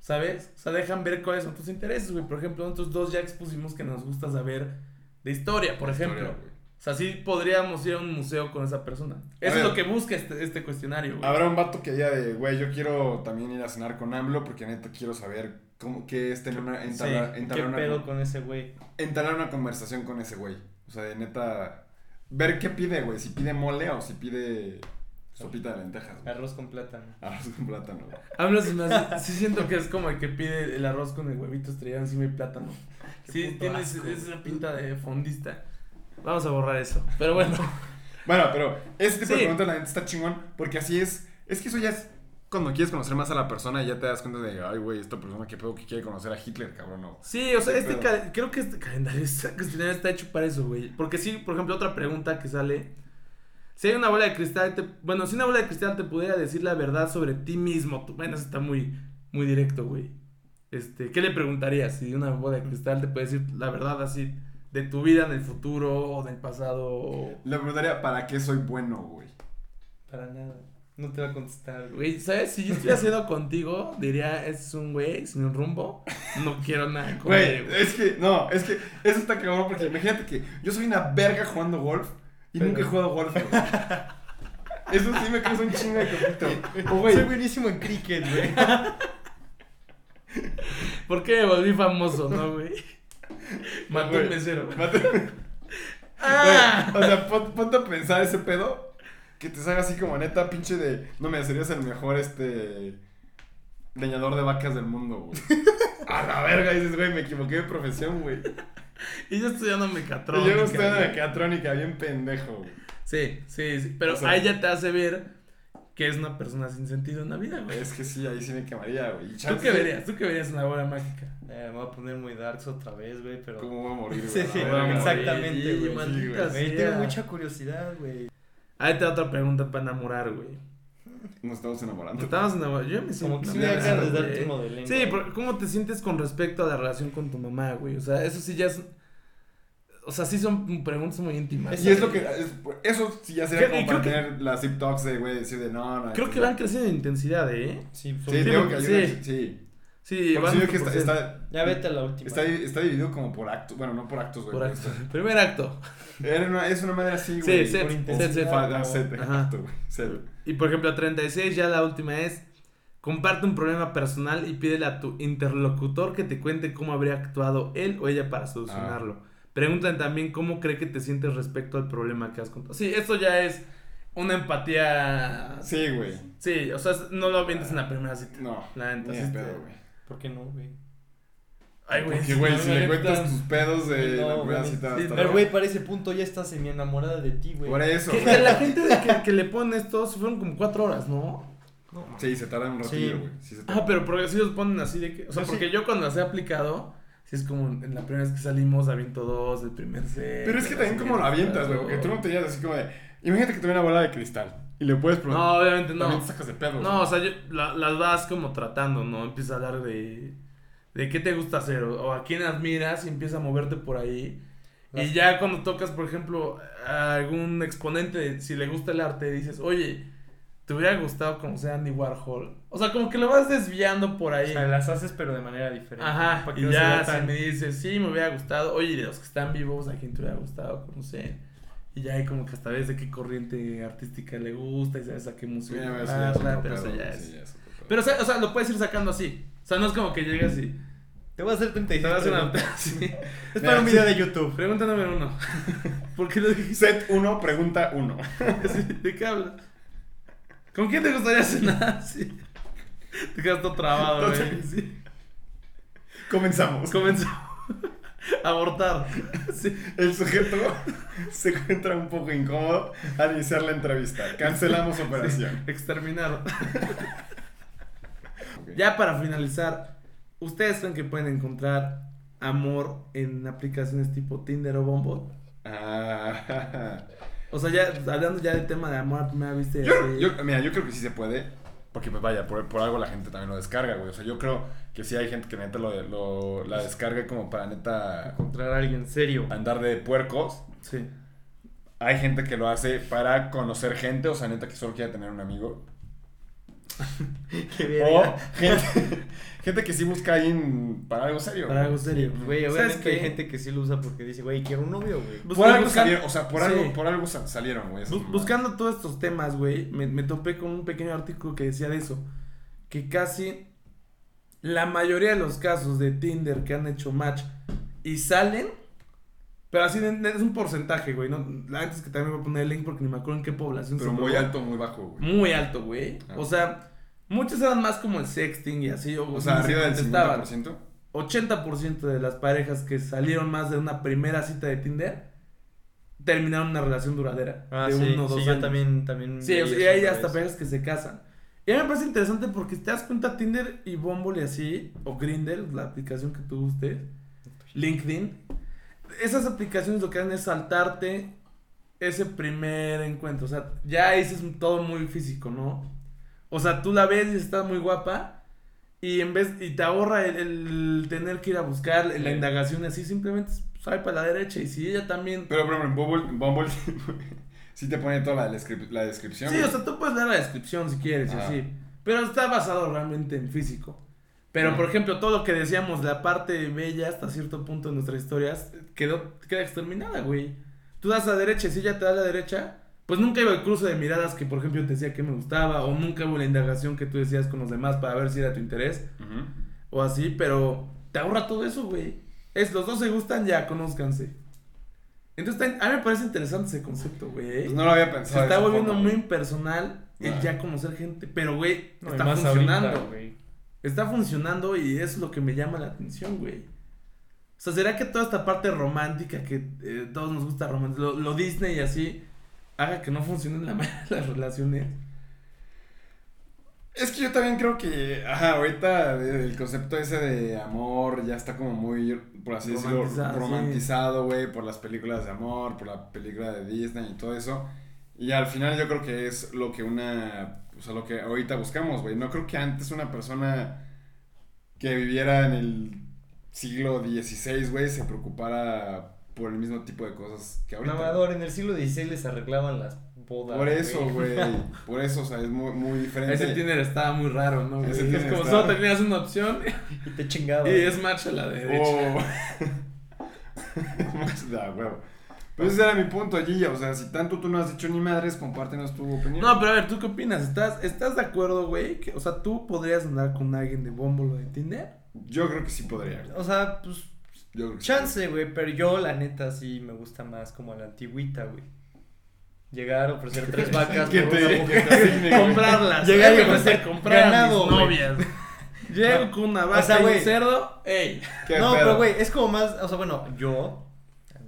¿Sabes? O sea, dejan ver cuáles son tus intereses, güey. Por ejemplo, nosotros dos ya expusimos que nos gusta saber de historia, por ejemplo. Historia, güey. O sea, sí podríamos ir a un museo con esa persona. Eso ver. es lo que busca este, este cuestionario, güey. Habrá un vato que diga de, güey, yo quiero también ir a cenar con AMLO porque neta quiero saber cómo que es tener una, entablar, Sí, ¿Qué entablar una- pedo con ese güey? entablar una conversación con ese güey. O sea, de neta, ver qué pide, güey, si pide mole o si pide sopita de lentejas, güey. Arroz con plátano. Arroz con plátano, güey. Hablo si me hace- sí siento que es como el que pide el arroz con el huevito estrellado encima y plátano. Sí, puto tiene ese- esa pinta de fondista. Vamos a borrar eso. Pero bueno, Bueno, pero ese tipo de Sí. preguntas la neta está chingón porque así es. Es que eso ya es cuando quieres conocer más a la persona y ya te das cuenta de, ay, güey, esta persona qué pedo que quiere conocer a Hitler, cabrón, no. sí, o sea, Qué este pedo. cal- creo que este calendario, este cuestionario está hecho para eso, güey. Porque sí, por ejemplo, otra pregunta que sale. Si hay una bola de cristal, te- bueno, si una bola de cristal te pudiera decir la verdad sobre ti mismo, tú- bueno, eso está muy, muy directo, güey. Este, ¿qué le preguntarías si una bola de cristal te puede decir la verdad así de tu vida en el futuro o del pasado? o- Le preguntaría, ¿para qué soy bueno, güey? Para nada. No te va a contestar, güey. Güey, ¿sabes? Si yo estuviera haciendo contigo, diría, es un güey sin un rumbo, no quiero nada con él, Güey, es que, no, es que eso está cabrón porque imagínate que yo soy una verga jugando golf y Pero- nunca he jugado golf, güey. Eso sí me causa un chingo de conflicto. O, Soy güey, buenísimo en cricket, güey. ¿Por qué me volví famoso, no, güey? Mató Güey. un mesero. mate- güey, ¡Ah! o sea, pon- ponte a pensar ese pedo que te salga así como neta pinche de, no me serías el mejor, este, leñador de vacas del mundo, güey. A la verga, dices, güey, me equivoqué de profesión, güey. Y yo estudiando mecatrónica. Y yo estoy en güey. mecatrónica, bien pendejo, güey. Sí, sí, sí. Pero O sea- ahí ya te hace ver que es una persona sin sentido en la vida, güey. Es que sí, ahí sí me quemaría, güey. Y ¿Tú chance- qué verías? ¿Tú qué verías en la bola mágica? Eh, me voy a poner muy darks otra vez, güey, pero... ¿Cómo voy a morir, güey? Sí, A la verga, exacto. Oye, exactamente, Ah, sí, güey. maldita Güey, sea. tengo mucha curiosidad, güey. Ahí te da otra pregunta para enamorar, güey. Nos estamos enamorando. Estamos enamorando. Yo me siento Como que sí me da ganas de enamorado, darte güey. uno de lengua. Sí, pero ¿cómo te sientes con respecto a la relación con tu mamá, güey? O sea, eso sí ya es... O sea, sí son preguntas muy íntimas. Y es lo que. es- eso sí ya sería Creo- y como creo para tener las zip talks de, güey, decir de no, no. Creo que esto- van creciendo en intensidad, ¿eh? Sí, son- Sí, tengo que porque ayudar. sí. Sí. sí. Sí, Porque van sí veo que está, 1%. está, Ya vete a la última. está, di- está dividido como por actos. Bueno, no por actos, güey. Por pero acto. Primer acto. está- Era una, es una madre Sí, así, güey. set, por set, intensidad, set. fa- ah, set, Ajá. exacto, güey. set. Y por ejemplo, 36, ya la última es... Comparte un problema personal y pídele a tu interlocutor que te cuente cómo habría actuado él o ella para Ah. solucionarlo. Preguntan también cómo cree que te sientes respecto al problema que has contado. Sí, eso ya es una empatía Sí, güey. Sí, o sea, no lo avientes en la primera cita. No. La neta, Ni sí de te- pedo, güey. ¿Por qué no, güey? Ay, güey. Porque, güey, no si me le avientas- cuentas tus pedos de No, la primera güey. cita. Sí, hasta Pero, la- güey, para ese punto ya estás semi enamorada de ti, Por güey. eso, Que- güey. que la gente de que, que le pone esto se fueron como cuatro horas, ¿no? No, mames. Sí, se tarda un Sí. ratillo, güey. Sí, se tarda. Ah, pero porque si los ponen así de que. O sea, Yo sí. porque yo cuando las he aplicado, si es como en la primera vez que salimos, aviento dos, el primer set. Pero es que las también como lo siguientes, avientas, güey, porque tú no te llevas así como de... Imagínate que tuve una bola de cristal y le puedes preguntar... No, obviamente También no. te sacas de pedo. No, güey. o sea, yo- la- las vas como tratando, ¿no? Empieza a hablar de. de qué te gusta hacer o, o a quién admiras y empieza a moverte por ahí. Las- Y ya cuando tocas, por ejemplo, a algún exponente, si le gusta el arte, dices, oye, te hubiera gustado conocer a Andy Warhol. O sea, como que lo vas desviando por O ahí. sea, las haces pero de manera diferente. Ajá, Para que y no se ya vea si tan- me dices, sí, me hubiera gustado. Oye, de los que están vivos, ¿a quién te hubiera gustado conocer? Y ya hay como que hasta ves de qué corriente artística le gusta y sabes a qué música Mira, le eso ya es otro ah, pero pedo, eso ya sí, es. ya es otro pedo. Pero, o sea, o sea, lo puedes ir sacando así. O sea, no es como que llegas y Te voy a hacer 36. te vas a una... preguntas. sí. Es Mira, para un video de YouTube. Pregunta número uno. ¿Por qué lo dijiste? Set 1, pregunta 1. así? ¿De qué hablas? ¿Con quién te gustaría cenar? Sí. Te quedas todo trabado, güey. Entonces- Sí. Comenzamos. Comenzó a abortar. Sí. El sujeto se encuentra un poco incómodo al iniciar la entrevista. Cancelamos operación. Exterminar. Ok. Ya para finalizar, ¿ustedes creen que pueden encontrar amor en aplicaciones tipo Tinder o Bumble? Ah, O sea, ya hablando ya del tema de amor a primera vista. y yo, así. yo- mira, yo creo que sí se puede. Porque, pues vaya, por, por algo la gente también lo descarga, güey. O sea, yo creo que sí hay gente que neta lo, lo- la descarga como para neta Encontrar a alguien serio. andar de puercos. Sí. Hay gente que lo hace para conocer gente, o sea, neta que solo quiere tener un amigo. Qué O verga. gente, gente que sí busca ahí en- para algo serio. Para algo serio. Güey, ¿Sabes obviamente hay qué? gente que sí lo usa porque dice, güey, quiero un novio, güey. Pues, por güey, algo buscan- salieron, o sea, por sí. algo, por algo sal- salieron, güey. esas Bu- mamadas. buscando todos estos temas, güey, me, me topé con un pequeño artículo que decía de eso. Que casi la mayoría de los casos de Tinder que han hecho match y salen, pero así de- de- es un porcentaje, güey. ¿no? La neta es que también voy a poner el link porque ni me acuerdo en qué población Pero se muy probó. alto, muy bajo, güey. Muy alto, güey. Ah. O sea, muchos eran más como el sexting y así. O sea, ni se arriba del contestaban. 50%. 80% de las parejas que salieron más de una primera cita de Tinder terminaron una relación duradera. Ah, de sí, uno o dos sí, yo años. también, también. Sí, leí o sea, eso y hay una hasta vez. parejas que se casan. Y a mí me parece interesante porque te das cuenta Tinder y Bumble y así, o Grindr, la aplicación que tú gustes, LinkedIn. Esas aplicaciones lo que hacen es saltarte ese primer encuentro. O sea, ya ahí sí es todo muy físico, ¿no? O sea, tú la ves y está muy guapa y en vez y te ahorra el, el tener que ir a buscar la Sí. indagación así, simplemente sale para la derecha y si ella también Pero, por ejemplo, en Bumble, Bumble sí te pone toda la, descrip- la descripción. Sí, o güey. sea, tú puedes dar la descripción si quieres, y Ah. así. Pero está basado realmente en físico. Pero, Mm. por ejemplo, todo lo que decíamos, la parte bella hasta cierto punto de nuestras historias, quedó, queda exterminada, güey. Tú das a la derecha y si ella te da a la derecha, pues nunca iba el cruce de miradas que, por ejemplo, te decía que me gustaba, o nunca hubo la indagación que tú decías con los demás para ver si era tu interés, Ujú. o así, pero te ahorra todo eso, güey. Es, los dos se gustan, ya, conózcanse. Entonces, está- a mí me parece interesante ese concepto, güey. Pues no lo había Se pensado. de está esa volviendo forma, muy güey. impersonal el Ah. ya conocer gente. Pero, güey, No, y está más funcionando. ahorita, güey. está funcionando y eso es lo que me llama la atención, güey. O sea, ¿será que toda esta parte romántica que eh, todos nos gusta romántica, lo, lo Disney y así, haga que no funcionen la, ma- las relaciones? Es que yo también creo que, ajá, ahorita eh, el concepto ese de amor ya está como muy, por así decirlo, Romantizado, sí. romantizado, güey, por las películas de amor, por la película de Disney y todo eso. Y al final yo creo que es lo que una, o sea, lo que ahorita buscamos, güey. No creo que antes una persona que viviera en el siglo XVI, güey, se preocupara por el mismo tipo de cosas que ahorita. Mamador, en el siglo XVI les arreglaban las bodas. Por eso, güey. güey. Por eso, o sea, es muy, muy diferente. Ese Tinder estaba muy raro, ¿no? güey? Ese Es Tinder como está- solo tenías una opción Y te chingaban. y es match a la derecha. Oh. Da, huevo. Pero ese era mi punto, Gilla. O sea, si tanto tú no has dicho ni madres, compártenos tu opinión. No, pero a ver, ¿tú qué opinas? ¿Estás, estás de acuerdo, güey? que- O sea, ¿tú podrías andar con alguien de Bumble o de Tinder? Yo creo que sí podría. güey. O sea, pues, Yo creo que sí. chance, güey. Pero yo, la neta, sí me gusta más como a la antigüita, güey. Llegar a ofrecer tres vacas Que por una te, que mujer. te asigne, güey. comprarlas. Llegar y Hay que ofrecer ofrecer comprar a ganado, mis güey. novias. Llego con una vaca O sea, y un güey. cerdo. Ey. Qué No, pedo. pero güey, es como más, o sea, bueno, yo,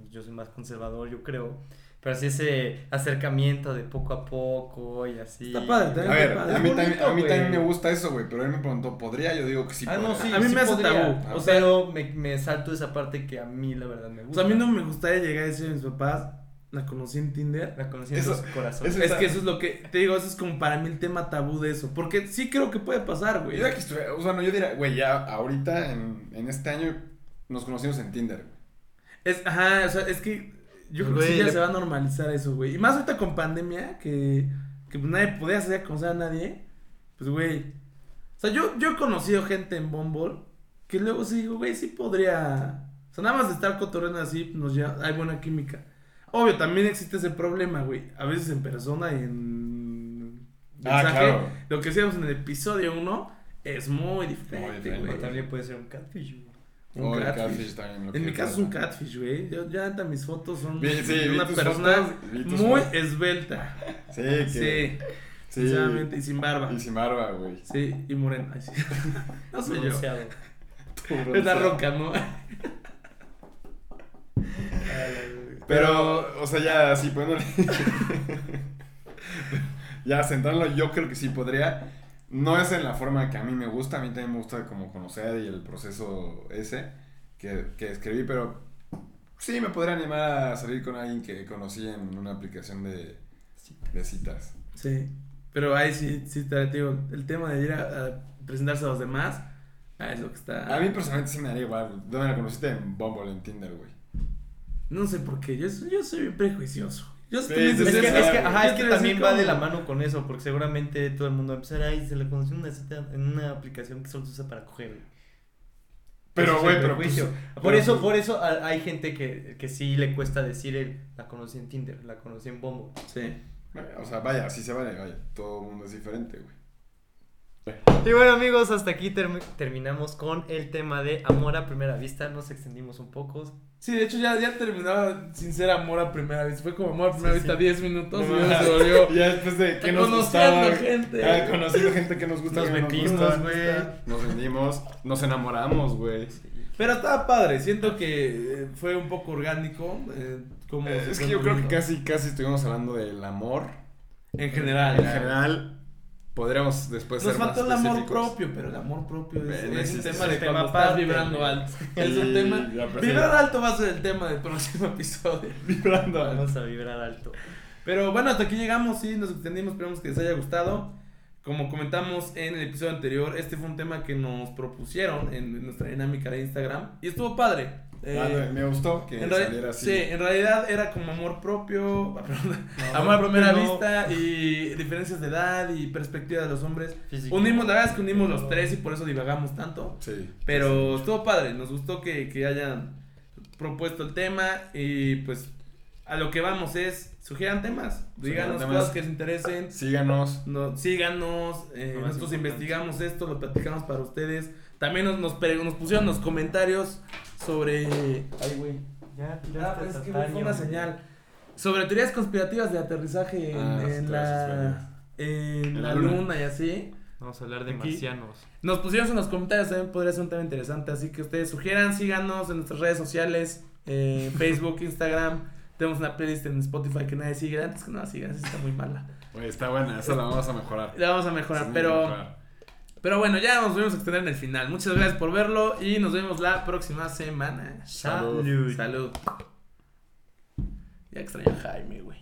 yo soy más conservador, yo creo, pero así ese acercamiento de poco a poco y así. Está padre, A también. ver, Padre. a mí, Es también, a mí bonito, también me güey. gusta eso, güey. Pero él me preguntó, ¿podría? Yo digo que sí. Ah, no, podría. sí, A mí sí me hace podría, tabú, o sea- Ah, pero me, me salto esa parte que a mí la verdad me O gusta. sea, a mí no me gustaría llegar a decirle a mis papás, la conocí en Tinder. La conocí en Eso- sus corazones. eso Es está- que eso es lo que te digo, eso es como para mí el tema tabú de eso. Porque sí creo que puede pasar, güey. Yo diría que estuviera- o sea, no, yo diría, güey, ya ahorita en, en este año nos conocimos en Tinder. güey. Es, ajá, o sea, es que yo creo que Güey, sí ya le- se va a normalizar eso, güey. Y más ahorita con pandemia, que que pues, nadie podía hacer conocer a nadie, pues güey. O sea, yo, yo he conocido gente en Bumble que luego sí digo, güey, sí podría. O sea, nada más de estar cotorreando así, pues, nos lleva- hay buena química. Obvio, también existe ese problema, güey. A veces en persona y en. Ah, mensaje, claro. Lo que hacíamos en el episodio 1 es muy diferente, diferente. güey. También puede ser un catfish, güey. Un Oh, el catfish. catfish también lo En que mi caso es pasa. un catfish, güey. Yo- Ya neta, mis fotos son Vi- sí, de vi una tus persona fotos, vi tus muy fotos. esbelta. Sí, que, Sí, sí. sinceramente, y sin barba. Y sin barba, güey. Sí, y morena. ay, sí. No soy yo. Bronceado. Es la roca, ¿no? Pero, o sea, ya así poniéndole. ya sentarlo, yo creo que sí podría. No es en la forma que a mí me gusta, a mí también me gusta como conocer y el proceso ese que, que escribí, pero sí me podría animar a salir con alguien que conocí en una aplicación de, de citas. Sí. Pero ahí sí, sí te digo, el tema de ir a, a presentarse a los demás, ah, es lo que está. A mí personalmente sí me daría igual. ¿Dónde la conociste? En Bumble, en Tinder, güey. No sé por qué, yo, soy- yo soy bien prejuicioso. Yo Sí, también sí, soy Es que, sí, esa- es que, sí, ajá, es ah, yo que soy también va como- de la mano con eso, porque seguramente todo el mundo va a empezar, ay, se la conoció en una cita, en una aplicación que solo se usa para coger. güey". Ese Pero, es güey, el pero. pues, prejuicio. por pero, eso, pues, por eso a- hay gente que, que sí le cuesta decir el, la conocí en Tinder, la conocí en Bombo. Sí. O sea, vaya, sí se vale, vaya. Todo el mundo es diferente, güey. Y bueno amigos, hasta aquí termi- terminamos con el tema de amor a primera vista, nos extendimos un poco. Sí, de hecho ya, ya terminaba sin ser amor a primera vista. Fue como amor a primera Sí, vista sí. 10 minutos No, y ya no, se volvió. Ya después de que nos Conociendo gustaba. gente. Ah, conocido gente que nos gusta. Nos que no metimos, gusta. güey. Nos vendimos, nos enamoramos, güey. Pero estaba padre, siento que eh, fue un poco orgánico. eh, como Eh, se Es fue que yo creo que moviendo. casi, casi estuvimos hablando del amor. En Ah. general. En general, podríamos después Nos ser más faltó el amor específicos. propio, pero el amor propio es, Ven, es ese un es tema el de tema cuando estás aparte, vibrando güey. alto. Es un Y tema. la persona- Vibrar alto va a ser el tema del próximo episodio. Vibrando. Vamos a vibrar alto. Pero bueno, hasta aquí llegamos, sí, nos extendimos, esperamos que les haya gustado. Como comentamos en el episodio anterior, este fue un tema que nos propusieron en nuestra dinámica de Instagram y estuvo padre. Eh, Ah, no, me gustó que en reali- saliera así. Sí, en realidad era como amor propio, perdón, amor a primera no. vista y diferencias de edad y perspectiva de los hombres. Físico. Unimos, la verdad es que unimos los tres y por eso divagamos tanto. Sí. Pero estuvo padre, nos gustó que, que hayan propuesto el tema y pues a lo que vamos es, sugieran temas, díganos temas. cosas que les interesen, Síganos. no- síganos, eh, Lo más nosotros importante. investigamos esto, lo platicamos para ustedes, también nos, nos, pre- nos pusieron los comentarios sobre... Ay, güey. Ya Ah, tiraste pues, es que satanio, fue una güey. señal. Sobre teorías conspirativas de aterrizaje en, Ah, las en teorías la, en En la, la luna. luna. y así. Vamos a hablar de Aquí. marcianos. Nos pusieron en los comentarios, también podría ser un tema interesante. Así que ustedes sugieran, síganos en nuestras redes sociales, eh, Facebook, Instagram. Tenemos una playlist en Spotify que nadie sigue. Antes que nada sigan, esa está muy mala. Güey, está buena, esa la vamos a mejorar. La vamos a mejorar, Sí, pero, mejorar. pero bueno, ya nos vemos a extender en el final. Muchas gracias por verlo y nos vemos la próxima semana. Salud. Salud. Salud. Ya extraño a Jaime, güey.